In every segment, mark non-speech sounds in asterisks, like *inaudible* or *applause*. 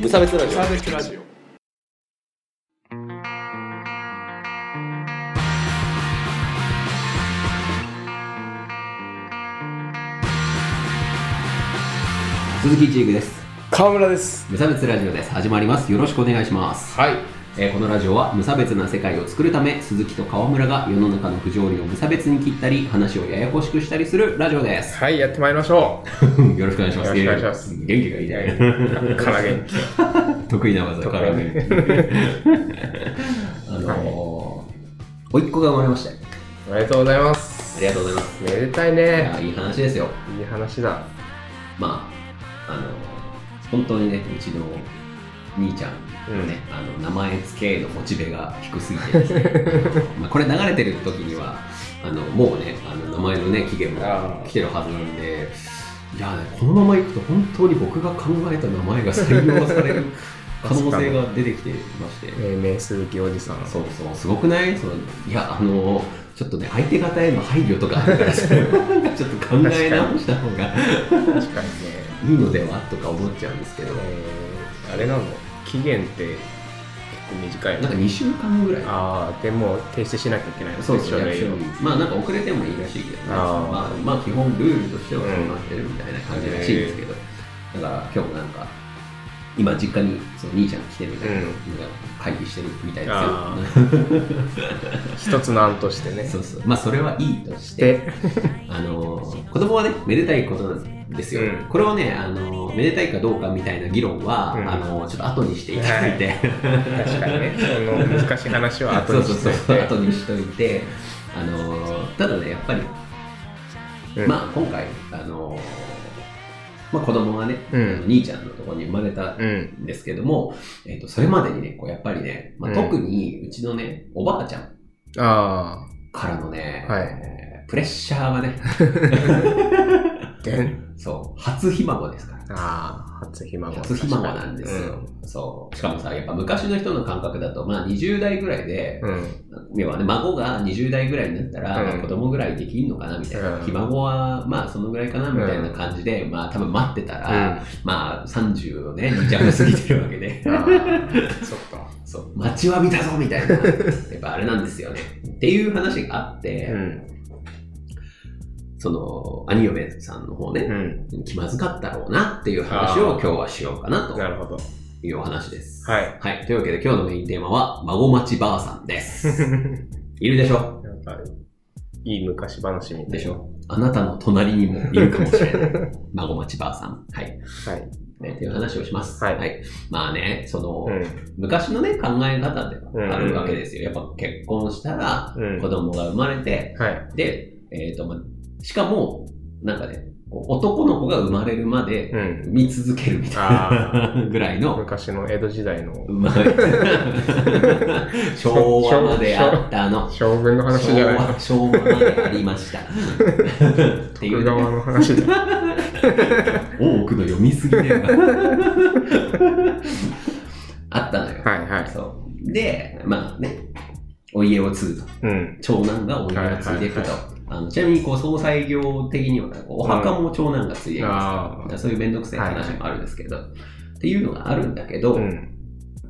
無差別ラジオサーベスラジオ鈴木一陸です川村です無差別ラジオです始まりますよろしくお願いします、はいえーこのラジオは無差別な世界を作るため鈴木と川村が世の中の不条理を無差別に切ったり話をややこしくしたりするラジオ *laughs* です、はいやってまいりましょよろしくお願いしますよろしくお願いします元気がいいね *laughs* うから元気得意な技か *laughs* らねあのー甥っ子が生まれましたあおめでとうございますりがとうございますめでたいいねやいい話ですよいい話だまああのー本当にねうちの兄ちゃんうんね、あの名前付けへのモチベが低すぎてです *laughs* ねまあこれ流れてる時にはあのもうねあの名前のね期限もあー来てるはずなんでいやねこのままいくと本当に僕が考えた名前が採用さ *laughs* れる可能性が出てきてまして命名鈴木おじさんそうそうすごくないそのいやあのちょっとね相手方への配慮とかあ *laughs* るからそれはなんかちょっと考え直した方が確かにね、いいのではとか思っちゃうんですけえどー、あれなの期限って結構短いなんのか2週間ぐらいああでも提出しなきゃいけないのそうそ書う役類所をにまあなんか遅れてもいいらしいけどねあーまあ、まあ基本ルールとしては決まってるみたいな感じらしいんですけど、だから今日もなんか今実家にその兄ちゃん来てみたいな,、うんなんか会議してるみたいあですよ一つの案としてねそうそうまあそれはいいとししててあのー子供はねめでたいことなんですよ、うんこれをねあのーめでたいかどうかみたいな議論は、うんあのーちょっと後にしていただいて、確かにねその難しい話は後にしそうてそうそう後にしといてあのーただねやっぱりうんまあ今回、あのーまあ、子供がね、うんあの兄ちゃんのところに生まれたうんんですけども、えっとそれまでにねこうやっぱりね、まあ、うん特にうちのね、おばあちゃんあからのね、はいえープレッシャーはねあでんそう初ひ孫ですから。ああ初ひ孫初ひ孫なんですよ、そうしかもさやっぱ昔の人の感覚だと、まあ、20代ぐらいで、うん、うん要はね、孫が20代ぐらいになったら、うんまあ子供ぐらいできんのかなみたいな、うんひ孫はまあそのぐらいかなみたいな感じで、まあ多分待ってたら、まあ30をね、2着過ぎてるわけで、あーそっか。 *laughs* そう、待ちわびたぞみたいな、やっぱあれなんですよね。っていう話があって、うん。その、兄嫁さんの方うね、ん。気まずかったろうなっていう話をあー今日はしようかなとなるほど。いうお話です。はい。はい、というわけで今日のメインテーマは、孫待ちばあさんです。 *laughs* いるでしょなんか、いい昔話みたいな。でしょあなたの隣にもいるかもし *laughs* れない。孫町ばあさん。はい。はい。ね、っていう話をします。はいまあね、その、うん。昔のね、考え方ではあるわけですよ。やっぱ結婚したら、うん子供が生まれて、はい。で、えっ、と、まあ、しかも、なんかね、こう男の子が生まれるまでうん。見続けるみたいあな *laughs* ぐらいあ。の、昔の江戸時代のうまい。 *laughs* 昭和まであったの。将軍の話じゃ昭ない。和、昭和まであり *laughs* ました。ってい徳うね川の話だ。多くの読みすぎ *laughs* だよなあったの *laughs* よ、はいはい。そうでまあねお家を継ぐとうん。長男がお家を継いでいくと、はいあのちなみにこう総裁業的にはこうお墓も長男が継いでいくとあそういう面倒くさい話もあるんですけど、っていうのがあるんだけど、あ。うん。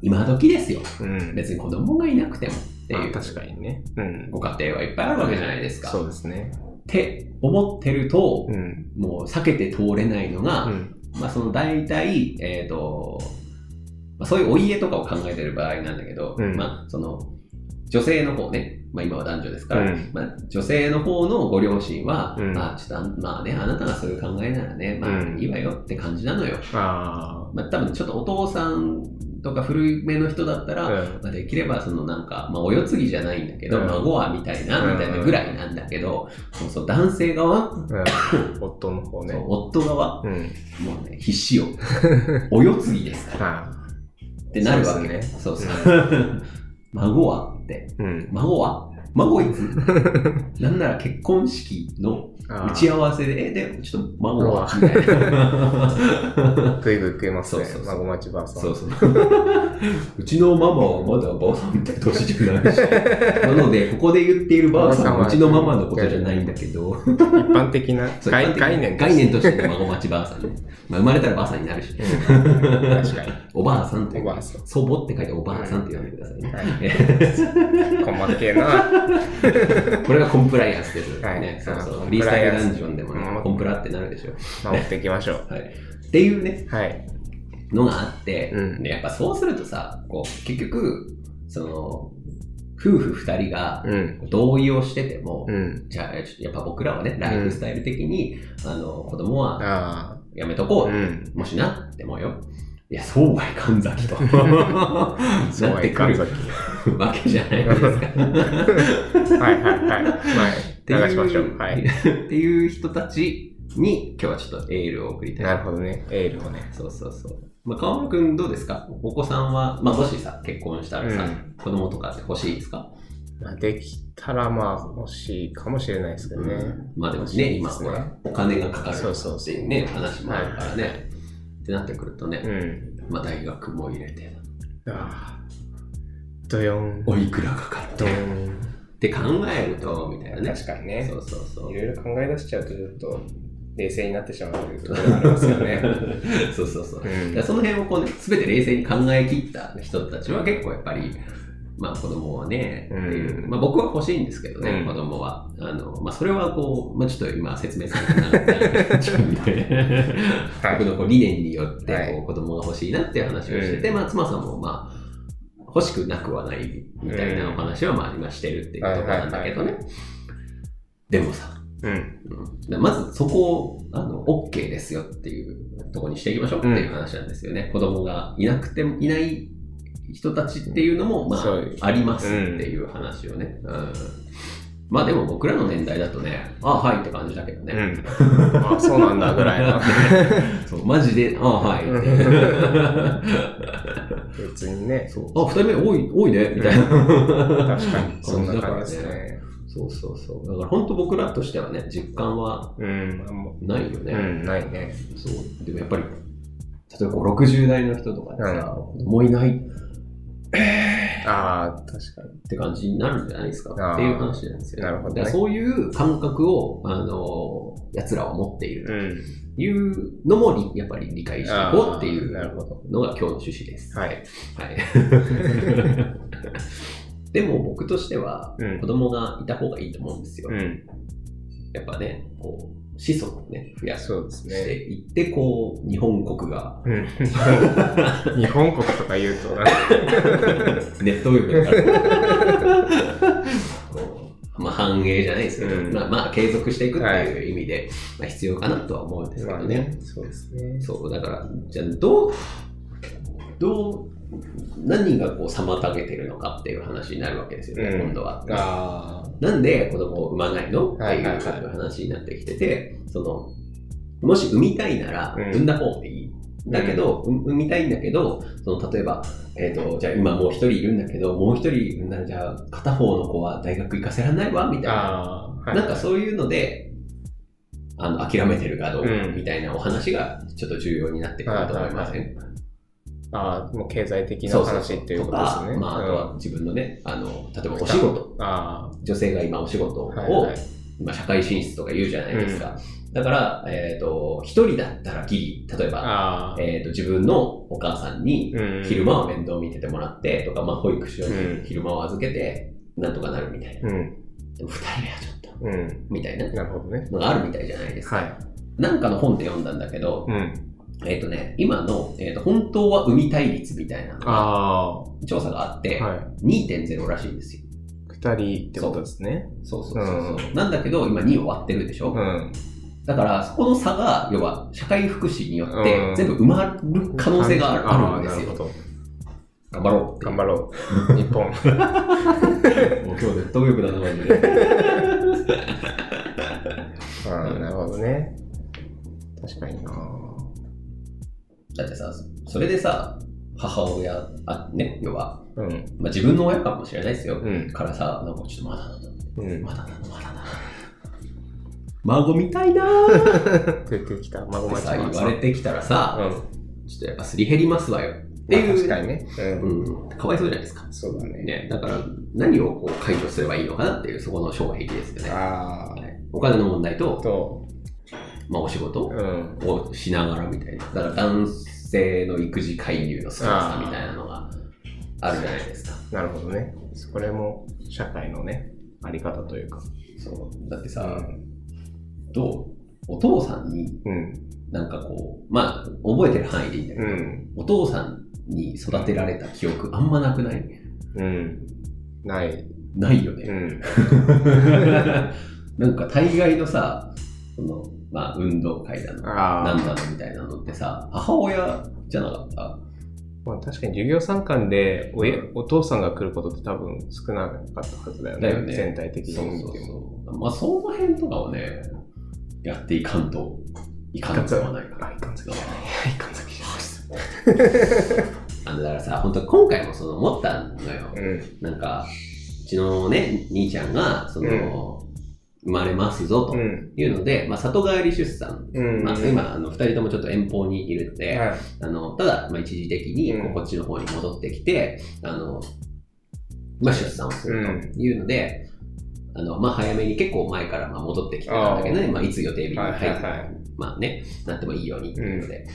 今時ですようん。別に子供がいなくてもってまいあう確かにね。うん。ご家庭はいっぱいあるわけじゃないですか、そっうですね。て思ってると、うん。もう避けて通れないのが、うん。まあ、その大体、えーとまあ、そういうお家とかを考えてる場合なんだけど、うんまあ、その女性の方ね、まあ、今は男女ですから、うんまあ、女性の方のご両親は、うんまあちょっとあんまあね、あなたがそういう考えならね、まあ、うんいいわよって感じなのよ、あまあ、多分ちょっとお父さんとか古めの人だったあ。ら、うん。まあ、できればそのなんか、まあ、お世継ぎじゃないんだけど、うん孫はみたいなみたいなぐらいなんだけど、そうそう男性側、うん夫の方そうね。夫側うん。もうね必死 *laughs* よお世継ぎですからあってなるわけそうですねそうそう。 *laughs* 孫はって。あ。うん。 *laughs* 孫は孫いつなんなら結婚式のあー打ち合わせで、え、で、ちょっと孫は、みたい *laughs* な。ぐいぐい食いますねそうそうそう孫町ばあさんそうそう。うちのママはまだばあさんみたいな年じゃ *laughs* ないし。なので、ここで言っているばあさんはうちのママのことじゃないんだけど、一般的なそう概概念と概して念としての孫町ばあさんね。まあ、生まれたらばあさんになるうし。ん確かにおばあさんというおばあさん祖母って書いておばあさんって言わないでくださいね。はい細けえなこれがコンプライアンスです。はいね、そうそう。あフリースタイルダンジョンでもコンプライアンねスコンプラってなるでしょ。守っていきましょうはい。っていうね、はいのがあって、うんでやっぱそうするとさ、こう、結局、その、夫婦二人がうん同意をしてても、うんじゃあ、ちょっとやっぱ僕らはね、ライフスタイル的に、あの、子供はあやめとあこう、うんもしなって思うよ。いや、そうはいかんざき *laughs* と。そうなっはていくかんるさっきわけじゃないですか。 *laughs* はいはいはいっていはい流うしましょうはいっていう *laughs* 人たちに今日はちょっとエールを送りたい。なるほどねエールをねそうそうそう。まあ、川村くんどうですかお子さんは、まあ、もしさ、結婚したらさ、うん子供とかって欲しいですかまあできたらまあ欲しいかもしれないですけどね、まあでも欲しいですね、ね今ほら、お金がかかるそうそうっていうね、話もあるからはいね。ってなってくるとうね、んまあ大学も入れて、ああドヨンおいくらかかってドヨンって考えると、みたいなね。確かにねそうそうそう。いろいろ考え出しちゃうとちょっと冷静になってしまうというところがありますよ *laughs* ねそうそうそう。うんだからその辺をこうね、すべて冷静に考え切った人たちは結構やっぱり、まあ子供はね、っていう、うんまあ僕は欲しいんですけどね、うん子供は。あの、まあそれはこう、まあちょっと今説明されてなかった自分で *laughs* はい僕のこう理念によってはいこう子供が欲しいなっていう話をしてて、うんまあ妻さんもまあ、欲しくなくはないみたいなお話はまあ今してるっていうところなんだけどね。でもさ、うんうんでまずそこをあの OK ですよっていうところにしていきましょうっていう話なんですよね、子供がいなくてもいない人たちっていうのも、まあそうありますっていう話をね、うんまあでも僕らの年代だとねああはいって感じだけどうね、ん *laughs* あそうなんだぐらいのそうマジでああはいって *laughs* 別にね *laughs* そうあ二人目多い多いねみたい *laughs* な確かにそんな感じですねそうそうそうだから本当僕らとしてはね実感はうんあんまないよね、うんないねそう。でもやっぱり、例えば5、60代の人とかでさ、子供いないっああ確かにて感じになるんじゃないですかあーっていう話なんですよ。なるほどねだからそういう感覚を、あの、奴らは持っているうんというのもり、やっぱり理解していこうっていあーなるうほどのが今日の趣旨です。はいはい。 *laughs* でも僕としては、うん子供がいた方がいいと思うんですよ。うんやっぱね、こう、子孫をね、増やしそうですてねいって、こう、日本国が、うん日本国とか言う *laughs* となんかネットウェブだから。 *laughs* まあ繁栄じゃないですけど、うんまあまあ継続していくっていう意味で、まあ必要かなとは思うんですけどね。そうですねそう、だから、じゃあどう、どう、何がこう妨げてるのかっていう話になるわけですよね、うん今度は。ああなんで子供を産まないのってはいいはいうはいちょっと話になってきてて、その、もし産みたいなら、うん産んだ方がいい。だけど、う産みたいんだけど、その、例えば、えっ、と、じゃあ今もう一人いるんだけど、もう一人産んだら、じゃあ片方の子は大学行かせられないわ、みたいな。ああー、はい、なんかそういうので、あの、諦めてるかどうか、うんみたいなお話が、ちょっと重要になってくると思いません、ああ、もう経済的な話っていうことですとね。かまあ、あとは自分のね、あの、例えばお仕事、うん、あ女性が今お仕事を、あ、はい、はい。まあ、社会進出とか言うじゃないですか。だから、えっ、と、一人だったらギリ、例えば、ああ、えっ、と、自分のお母さんに、うん昼間は面倒見ててもらって、とか、まあ、保育所うにん昼間を預けて、なんとかなるみたいな。うん、でも、二人目はちょっと、うん。みたいななるほどね。のがあるみたいじゃないですか。はい。なんかの本で読んだんだけど、うん。えっ、とね、今の、えっ、と、本当は産み対率みたいなのが、あ調査があっあて、ー、はい。 2.0らしいんですよ。二人ってことですね。そうそうそうそう。なんだけど、今2を割ってるでしょ、うん。だから、そこの差が、要は、社会福祉によっうて、ん全部埋まる可能性があるあーるんですなるよ。ほど。頑張ろう。頑張ろう。日 *laughs* 本。ろう。もう今日ネットウェブだな、マジで。ああ、なるほどね。確かにな。だってさ、それでさ、母親、あ、ね、要は、うん。まあ、自分の親かもしれないですよ。うん。からさ、なんかちょっとまだなんだ、うん。まだなんだ、まだなんだ。孫みたいなーっ出てきた孫て町さ、の言朝われてきたらさ、うん。ちょっとやっぱすり減りますわよ。ってまあいう、確かにね。うん。うん、かわいそうじゃないですか。そうだね。ね、だから、何をこう解除すればいいのかなっていう、そこの障壁ですよね。はあいお金の問題あ。と、と、まあ、お仕事うん。をしながらみたいな。だから、男性の育児介入の少なさみたいなのがあるじゃないですか。なるほどね。それも社会のね、あり方というか。そう。だってうさ、ん。どうお父さんに、うん。なんかこう、まあ、覚えてる範囲でいいんだけど、うん。お父さんに育てられた記憶あんまなくないうん。ない。ないよね。うん。 *laughs* なんか大概のさ、その、まあ、運動会だの、あなあん。だのみたいなのってさ、母親じゃなかったまあ確かに授業参観でおえお父さんが来ることって多分少なかったはずだよね。だよね全体的に見ても。う。まあ、その辺とかをね、やっていかんといかんとはないから。あいかんぞきじゃない。いかんぞきじゃあのだからさ、本当今回もその思ったのよ。ない。うん。なんか、うちのね、兄ちゃんが、その、生まれますぞとうん。いうので、まあ、里帰り出産。うん。まあ、今、あの、二人ともちょっと遠方にいるんで、はい。あの、ただ、まあ、一時的にうんこうこっちの方に戻ってきて、あの、まあ、出産をするというので、あの、まあ、早めに結構前からまあ戻ってきてたんだけどね、あーまあ、いつ予定日には入いっはいはいまあね、なってもいいようにっていうので。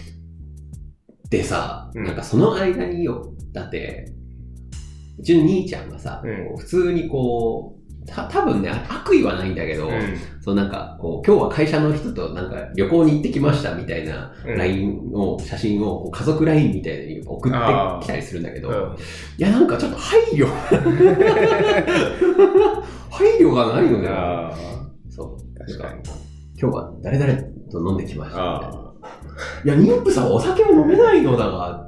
でさ、うんなんかその間によ、だって、うちの兄ちゃんがさ、うんこう普通にこう、た多分ね、悪意はないんだけど、うそうなんか、こう、今日は会社の人となんか旅行に行ってきましたみたいな、ん。 LINE を、写真をこう家族 LINE みたいなのに送ってきたりするんだけうど、ん。いや、なんかちょっと配慮。 *laughs* 配慮がないよね。あそう。あ。確かに。今日は誰々と飲んできましたみたいな。あいや、妊婦さんはお酒を飲めないのだが、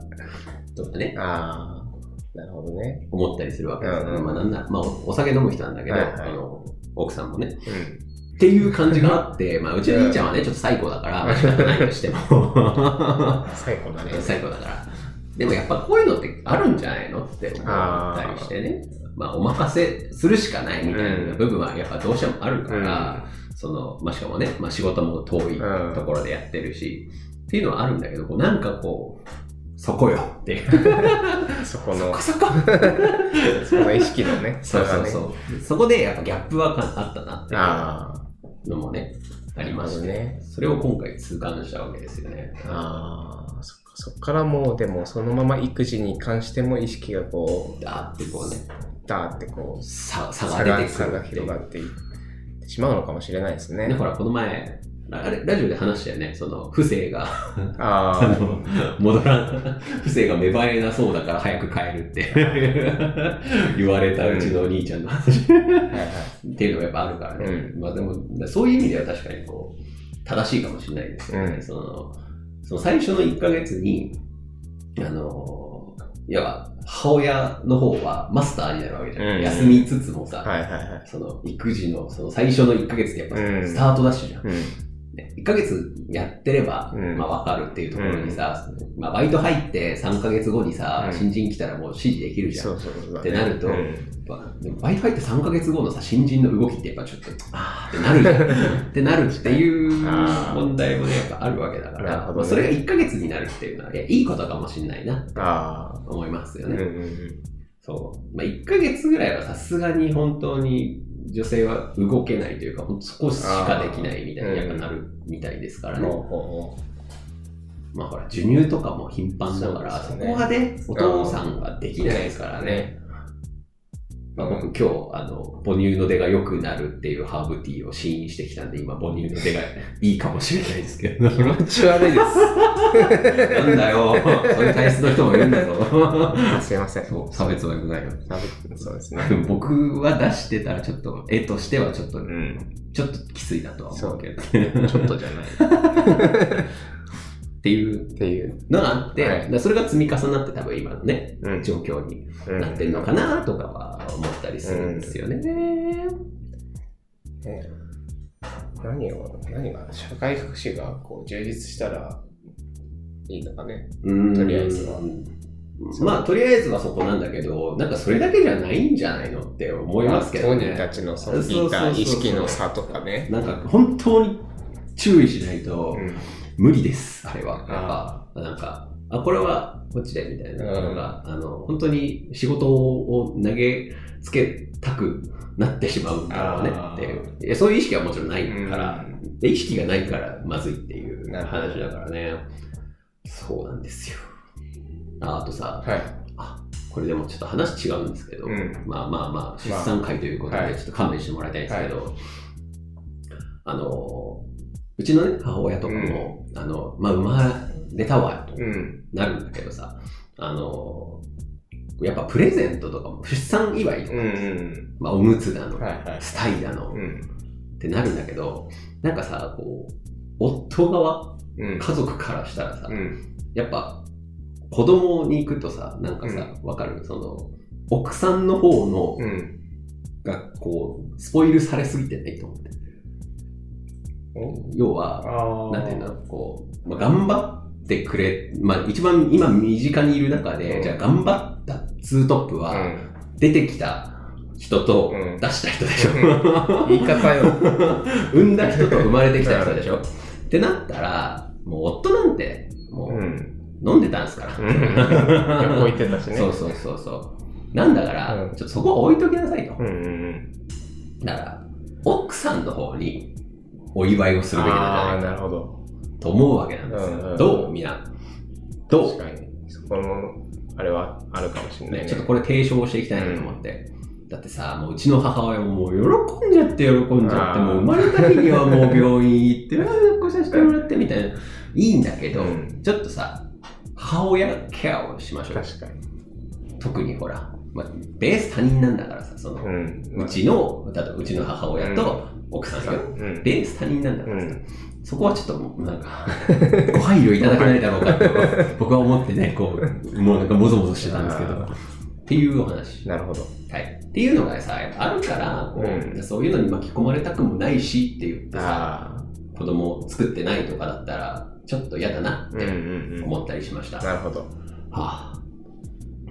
とかね、あー。なるほどね。思ったりするわけですよ、うんうんまあ、なんなら、まあ、おお酒飲む人なんだけど、はいはいあの、奥さんもね。うん。っていう感じがあって、まあ、うちの兄ちゃんはね、ちょっと最高だから、まあ仕方ないと *laughs* しても。最高だね。最高だから。でもやっぱこういうのってあるんじゃないのって思ったりしてね。まあお任せするしかないみたいな部分はやっぱどうしてもあるから、その、まあしかもね、まあ仕事も遠いうんところでやってるし、っていうのはあるんだけど、こうなんかこう、そこよっていう。そこの、そこその意識のね。そうそうう。そう。そこでやっぱギャップはかあったなっていああ。うのもね、ありましなるほどて、ねそれを今回痛感したわけですよね。ああ。そっかそっからもう、でもそのまま育児に関しても意識がこだってこうね、う、ダーってこう、差差差が出がてく差るがっていう広がっていってしまうのかもしれないですね、ね。ほら、この前、あれ、ラジオで話したよね、その、不正が、あああ。の、戻らん、不正が芽生えなそうだから早く帰るって *laughs* 言われたうちのお兄ちゃんの話はいはいっていうのがやっぱあるからね。うまあでも、そういう意味では確かにこう、正しいかもしれないですよね。うんその、その最初の1ヶ月に、あの、いや、母親の方はマスターになるわけじゃん。うん休みつつもさ、はいはいはい。その育児のその最初の1ヶ月ってやっぱうんスタートダッシュじゃんうん。ね、1ヶ月やってれば、うんまあわかるっていうところにさ、まあバイト入って3ヶ月後にさ、うん新人来たらもう指示できるじゃん。そうそうそうだね。ってなるとうんやっぱでもバイト入って3ヶ月後のさ、新人の動きってやっぱちょっと、あーってなるじゃん。ってなるっていうあー問題もね、やっぱあるわけだかなるら、ほどねまあそれが1ヶ月になるっていうのは、いやいいことかもしんないな、ああ。思いますようんね。うんうん。そう。まあ1ヶ月ぐらいはさすがに本当に女性は動けないというか、ほんとそこしかできないみたいにやっぱなるみたいですからね。ほうほうほまあほら、授乳とかも頻繁だから、そ,、そうですねこはね、お父さんができないですからうね。ね。まあ、僕今日、あの、母乳の出が良くなるっていうハーブティーを試飲してきたんで、今母乳の出がいいかもし *laughs* れないですけど、気持ち悪いです。なんだよ、そういう体質の人もいるんだ *laughs* ぞ。すいません。そう、差別は良くないよ。そうですね。でも僕は出してたらちょっと、絵としてはちょっと、うん。ちょっときついなとは思う *laughs* けど、ちょっとじゃない。っていうっていう。のがあって、はいだからそれが積み重なって多分今のね、うん状況にうんなってるのかなとかは思ったりするんですよね。ね何を、何が、社会福祉がこう充実したらいいのかね。うんとりあえずは。まあ、とりあえずはそこなんだけど、なんかそれだけじゃないんじゃないのって思いますけど本ね。人たちのそそのうそうそうそう意識の差とかね。なんか本当に注意しないとうん無理です、あれは。やっぱ、なんか、あ、これはこっちでみたいな。うんなんか、あの、本当に仕事を投げつけたくなってしまうんだろうねあーっていういや。そういう意識はもちろんないから、で意識がないからまずいっていうなるほど話だからね。そうなんですよ。ああとさ、はい。これでもちょっと話違うんですけど、うんまあまあまあ、出産会ということまあはで、いちょっと勘弁してもらいたいんですけど、あの、うちのね、母親とかも、あの、まあ、生まれたわ、とうん。なるんだけどさ、あの、やっぱプレゼントとかも、出産祝いとうか、んうんまあ、おむつだうの、ん。はいはい。スタイだの、うっん。てなるんだけど、なんかさ、こう、夫側、うん。家族からしたらさ、うん。やっぱ、子供に行くとさ、なんかさ、わ、かるその、奥さんの方の、うん。がこうスポイルされすぎてないと思ってお要はああ。なんていうのこう、まあ、頑張ってくれ、まあ、一番今身近にいる中で、うんじゃあ頑張ったツートップうはん。出てきた人とうん出した人でしょ、 *laughs* 言い方よ。産んだ人と生まれてきた人でしょってなったらもう夫なんてうもん。う飲んでたんですから、旅行行ってたしね。そうそうそうそうなんだから、うんちょっとそこは置いときなさいと、うんうんだから奥さんの方にお祝いをすうん。るべきなんじゃああ、なないかるほど。と思うわけなんですよ。うんうんどうみんな。どう確、かに。そこの、あれはあるかもしれないね、ね。ちょっとこれ提唱していきたいなと思って。だってさ、もううちの母親ももう喜んじゃって喜んじゃっあて、ーもう生まれた日にはもう病院行って、ああ、抱っこさせてもらってみたいな。いいんだけうど、んちょっとさ、母親ケアをしましょう。確かに。特にほら、まあ、ベース他人なんだからさ、その、んうちの、だとうちの母親と奥さんよ。うん。ベース他人なんだかうらさ、ん。そこはちょっともう、なんか、ご配慮いただけないだろうかと、 *laughs* 僕は思ってね、こう、もうなんかもぞもぞしてたんですけど、あっていうお話。なるほど。はい。っていうのがさ、やっぱあるから、こううんそういうのに巻き込まれたくもないしって言ってさ、あ子供を作ってないとかだったら、ちょっと嫌だなあ。っうんうんてうん。思ったりしました。はなるほど。あ、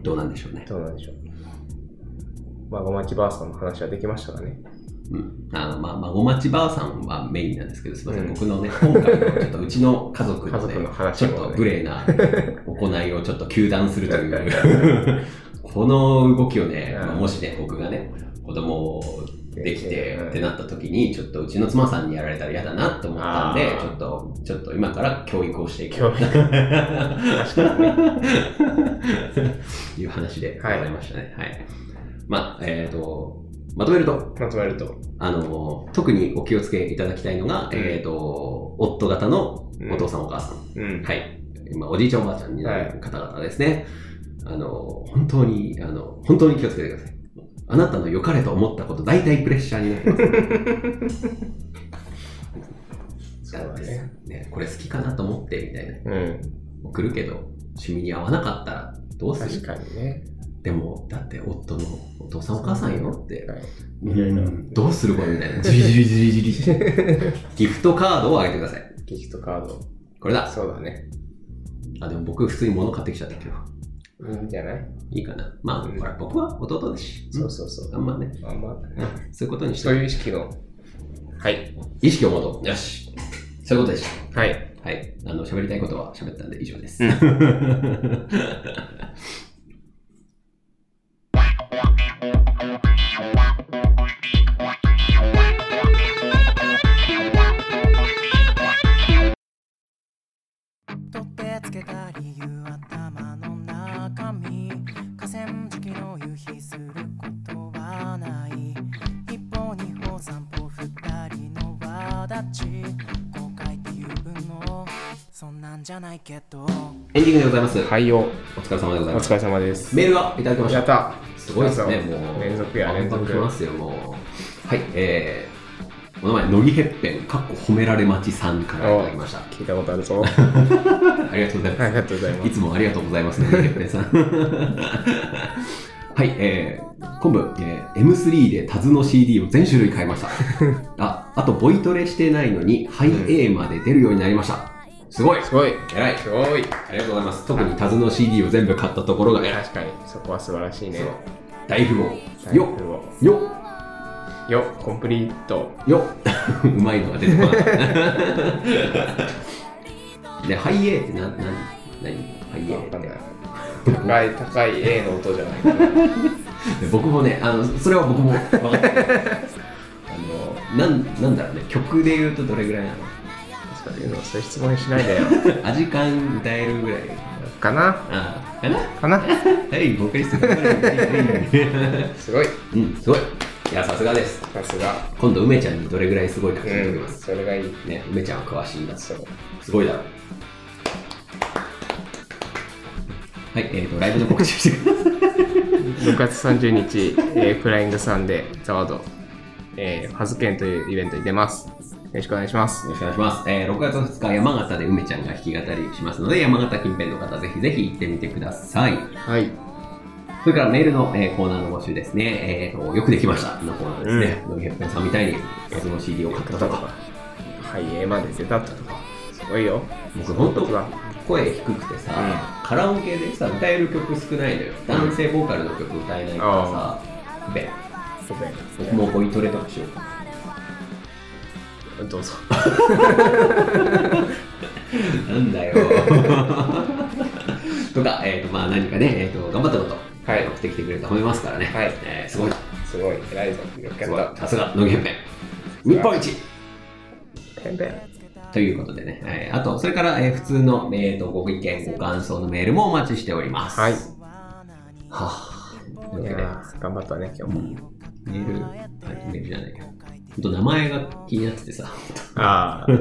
どうなんでしょうね。どうなんでしょう。孫巻きばあさんの話はできましたかね。うん。あの、まあ、孫町ばあさんはメインなんですけど、すみません、うん僕のね、今回のちょっとうちの家族家のね族、のち話ょっも、とね。無礼な行いをちょっと糾弾するといは *laughs* う、この動きをね、うんまあもしね、僕がね、子供をできてうんってなった時に、ちょっとうちの妻さんにやられたら嫌だなと思ったんであ、ーちょっと、ちょっと今から教育をしていこ教 *laughs* う育。確かにね。いう話でございましたね。はい。まあ、えっ、と、まとめると、まとめると。あの、特にお気をつけいただきたいのが、うんえっ、と、夫型のお父さんお母さん。うん。はい。まあ、おじいちゃんおばあちゃんになる方々ですね。あの、本当に、あの、本当に気をつけてください。あなたの良かれと思ったこと、大体プレッシャーになってます。そうだだってさね。ね、これ好きかなと思って、みたいうな。ん。送るけど、趣味に合わなかったらどうす確るかにね。でも、だって夫のお父さんお母さんよって。はい。うんどうするこれみたいな。じりじりじりじ *laughs* りして。ギフトカードをあげてください。ギフトカード。これだ。そうだね。あ、でも僕普通に物買ってきちゃったけど。いいんじゃないいいかな。まあ、うんほら、僕は弟だし。そうそうそうあ。んまね、あんま、そういうことにしそうて、いう意識の。はい。意識を持とう。よし。そういうことでしはい。た。はい。あの、喋りたいことは喋ったんで以上です。うん取ってつけた理由頭の中身河川敷の夕日することはない一歩二歩三歩二人の輪立ち後悔っていう分のそんなんじゃないけどエンディングでございます。はいよ。お疲れ様でござおいます。疲れ様です。メールがいただきまし。やったた。すごいですね、そうもう。連続や、連連続続。きますよ、もう。はい、えー、お名前、乃木へっぺん、かっこ褒められ待ちさんからいただきました。聞いたことある *laughs* ぞ。ありがとうございますあ。りがとうございまいす。つもありがとうございますね、てっぺんさ *laughs* ん。はい、えー、今部、えー M3 でタズの CD を全種 *laughs* 類買いました。あ、あと、ボイトレしてないのに、ハイ A まで出るようになりました。すごいすごい。偉いすごい。ありがとうございます。特にタズの CD を全部買ったところが偉い。確かに、そこは素晴らしいねそう。大富豪。財布よをっよよ、コンプリート。っよ *laughs* っうまいのが出て *laughs* こなかった。で、ハイエーってな、な、何ハイエーわかんっないて。高い、高い A の音じゃないかな。で僕もね、あの、それは僕も分かってる。あの、なん、なんだろうね、曲で言うとどれぐらいなのそういうの、そういう質問しないでよ。味感歌えるぐらい。かなああ、かなかなはい、ボーカリスト頑張れ。すごい。うん、すごい。いや、さすがです。さすが。今度、梅ちゃんにどれぐらいすごいかう聞いておきまん、す。それがいい。ね、梅ちゃんは詳しいんだそう。すごいだろ。はい、えっ、と、ライブの告知をしてください。 6月30日、えーフライングサンデー、ザワード、えー、ハズケンというイベントに出ます。よろしくお願いしますよ。ろしくお願いします。えー、6月2日、山形で梅ちゃんが弾き語りしますので、山形近辺の方、ぜひぜひ行ってみてください。はい。それからメールの、えーコーナーの募集ですね。えーと、よくできましたのコーナーですね。野木百平さんみたいに、その CD を買ったとか。はい、A まで出たってとか。すごいよ。僕本当そうだ声低くてさ、うカラオケでさ歌える曲少ないのよ男性ボーカルの曲歌えないからさ、べごめん僕もボイトレとかしようかどうぞ。なんだよ *laughs* とか、えーとまあ、何かね、えー、と頑張ったこと、はい送ってきてくれて褒めますからね、はいえーすごいすごい、偉いぞ。よくすごいやっさすが野木編日本一た。ペンペン。ということでね、えーあとそれから、えー普通の、えー、とご意見ご感想のメールもお待ちしておりますはい。はあというわいけやでー頑張ったね、今う日も。んメール、あメールじゃないよ。ほんと名前が気になっててさ、ああ、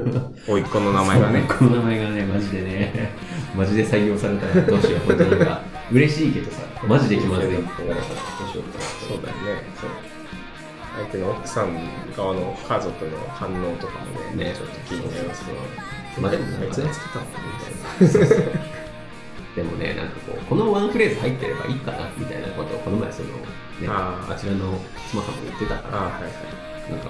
おいっ子の名前がね。 *laughs* この名前がね、マジでね、 *laughs* マジで採用されたらどうしよう、本当なんか、嬉しいけどさ、マジで気まずいって思われたらどうしようかなそうだよね。そう。相手の奥さん側の家族の反応とかもね、ねちょっと気になりますけど。まあでもなんか、別につけたもんねでもね、なんかこう、このワンフレーズ入ってればいいかなみたいなことを、この前、その、ね、ああーちらの妻さんも言ってたから、ああ、はいはい。なんか、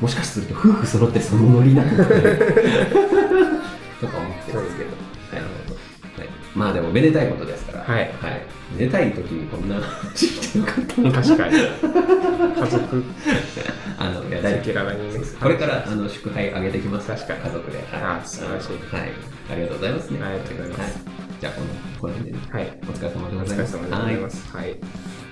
もしかすると夫婦揃ってそのノリなのかなとか思ってますけど。はいはい、まあでもめでたいことですから、はいめでたい時にこんな話してよかったのか確かに。家族、あのいや赤大丈裸々にね夫ですこれからあの祝杯あげてきます確かに家族で、はい、あ素晴らしいはい、ありがとうございますねありがとうございますはいじゃあこのこの辺でねはい。お疲れ様でおござ疲いれます様でございます。はい。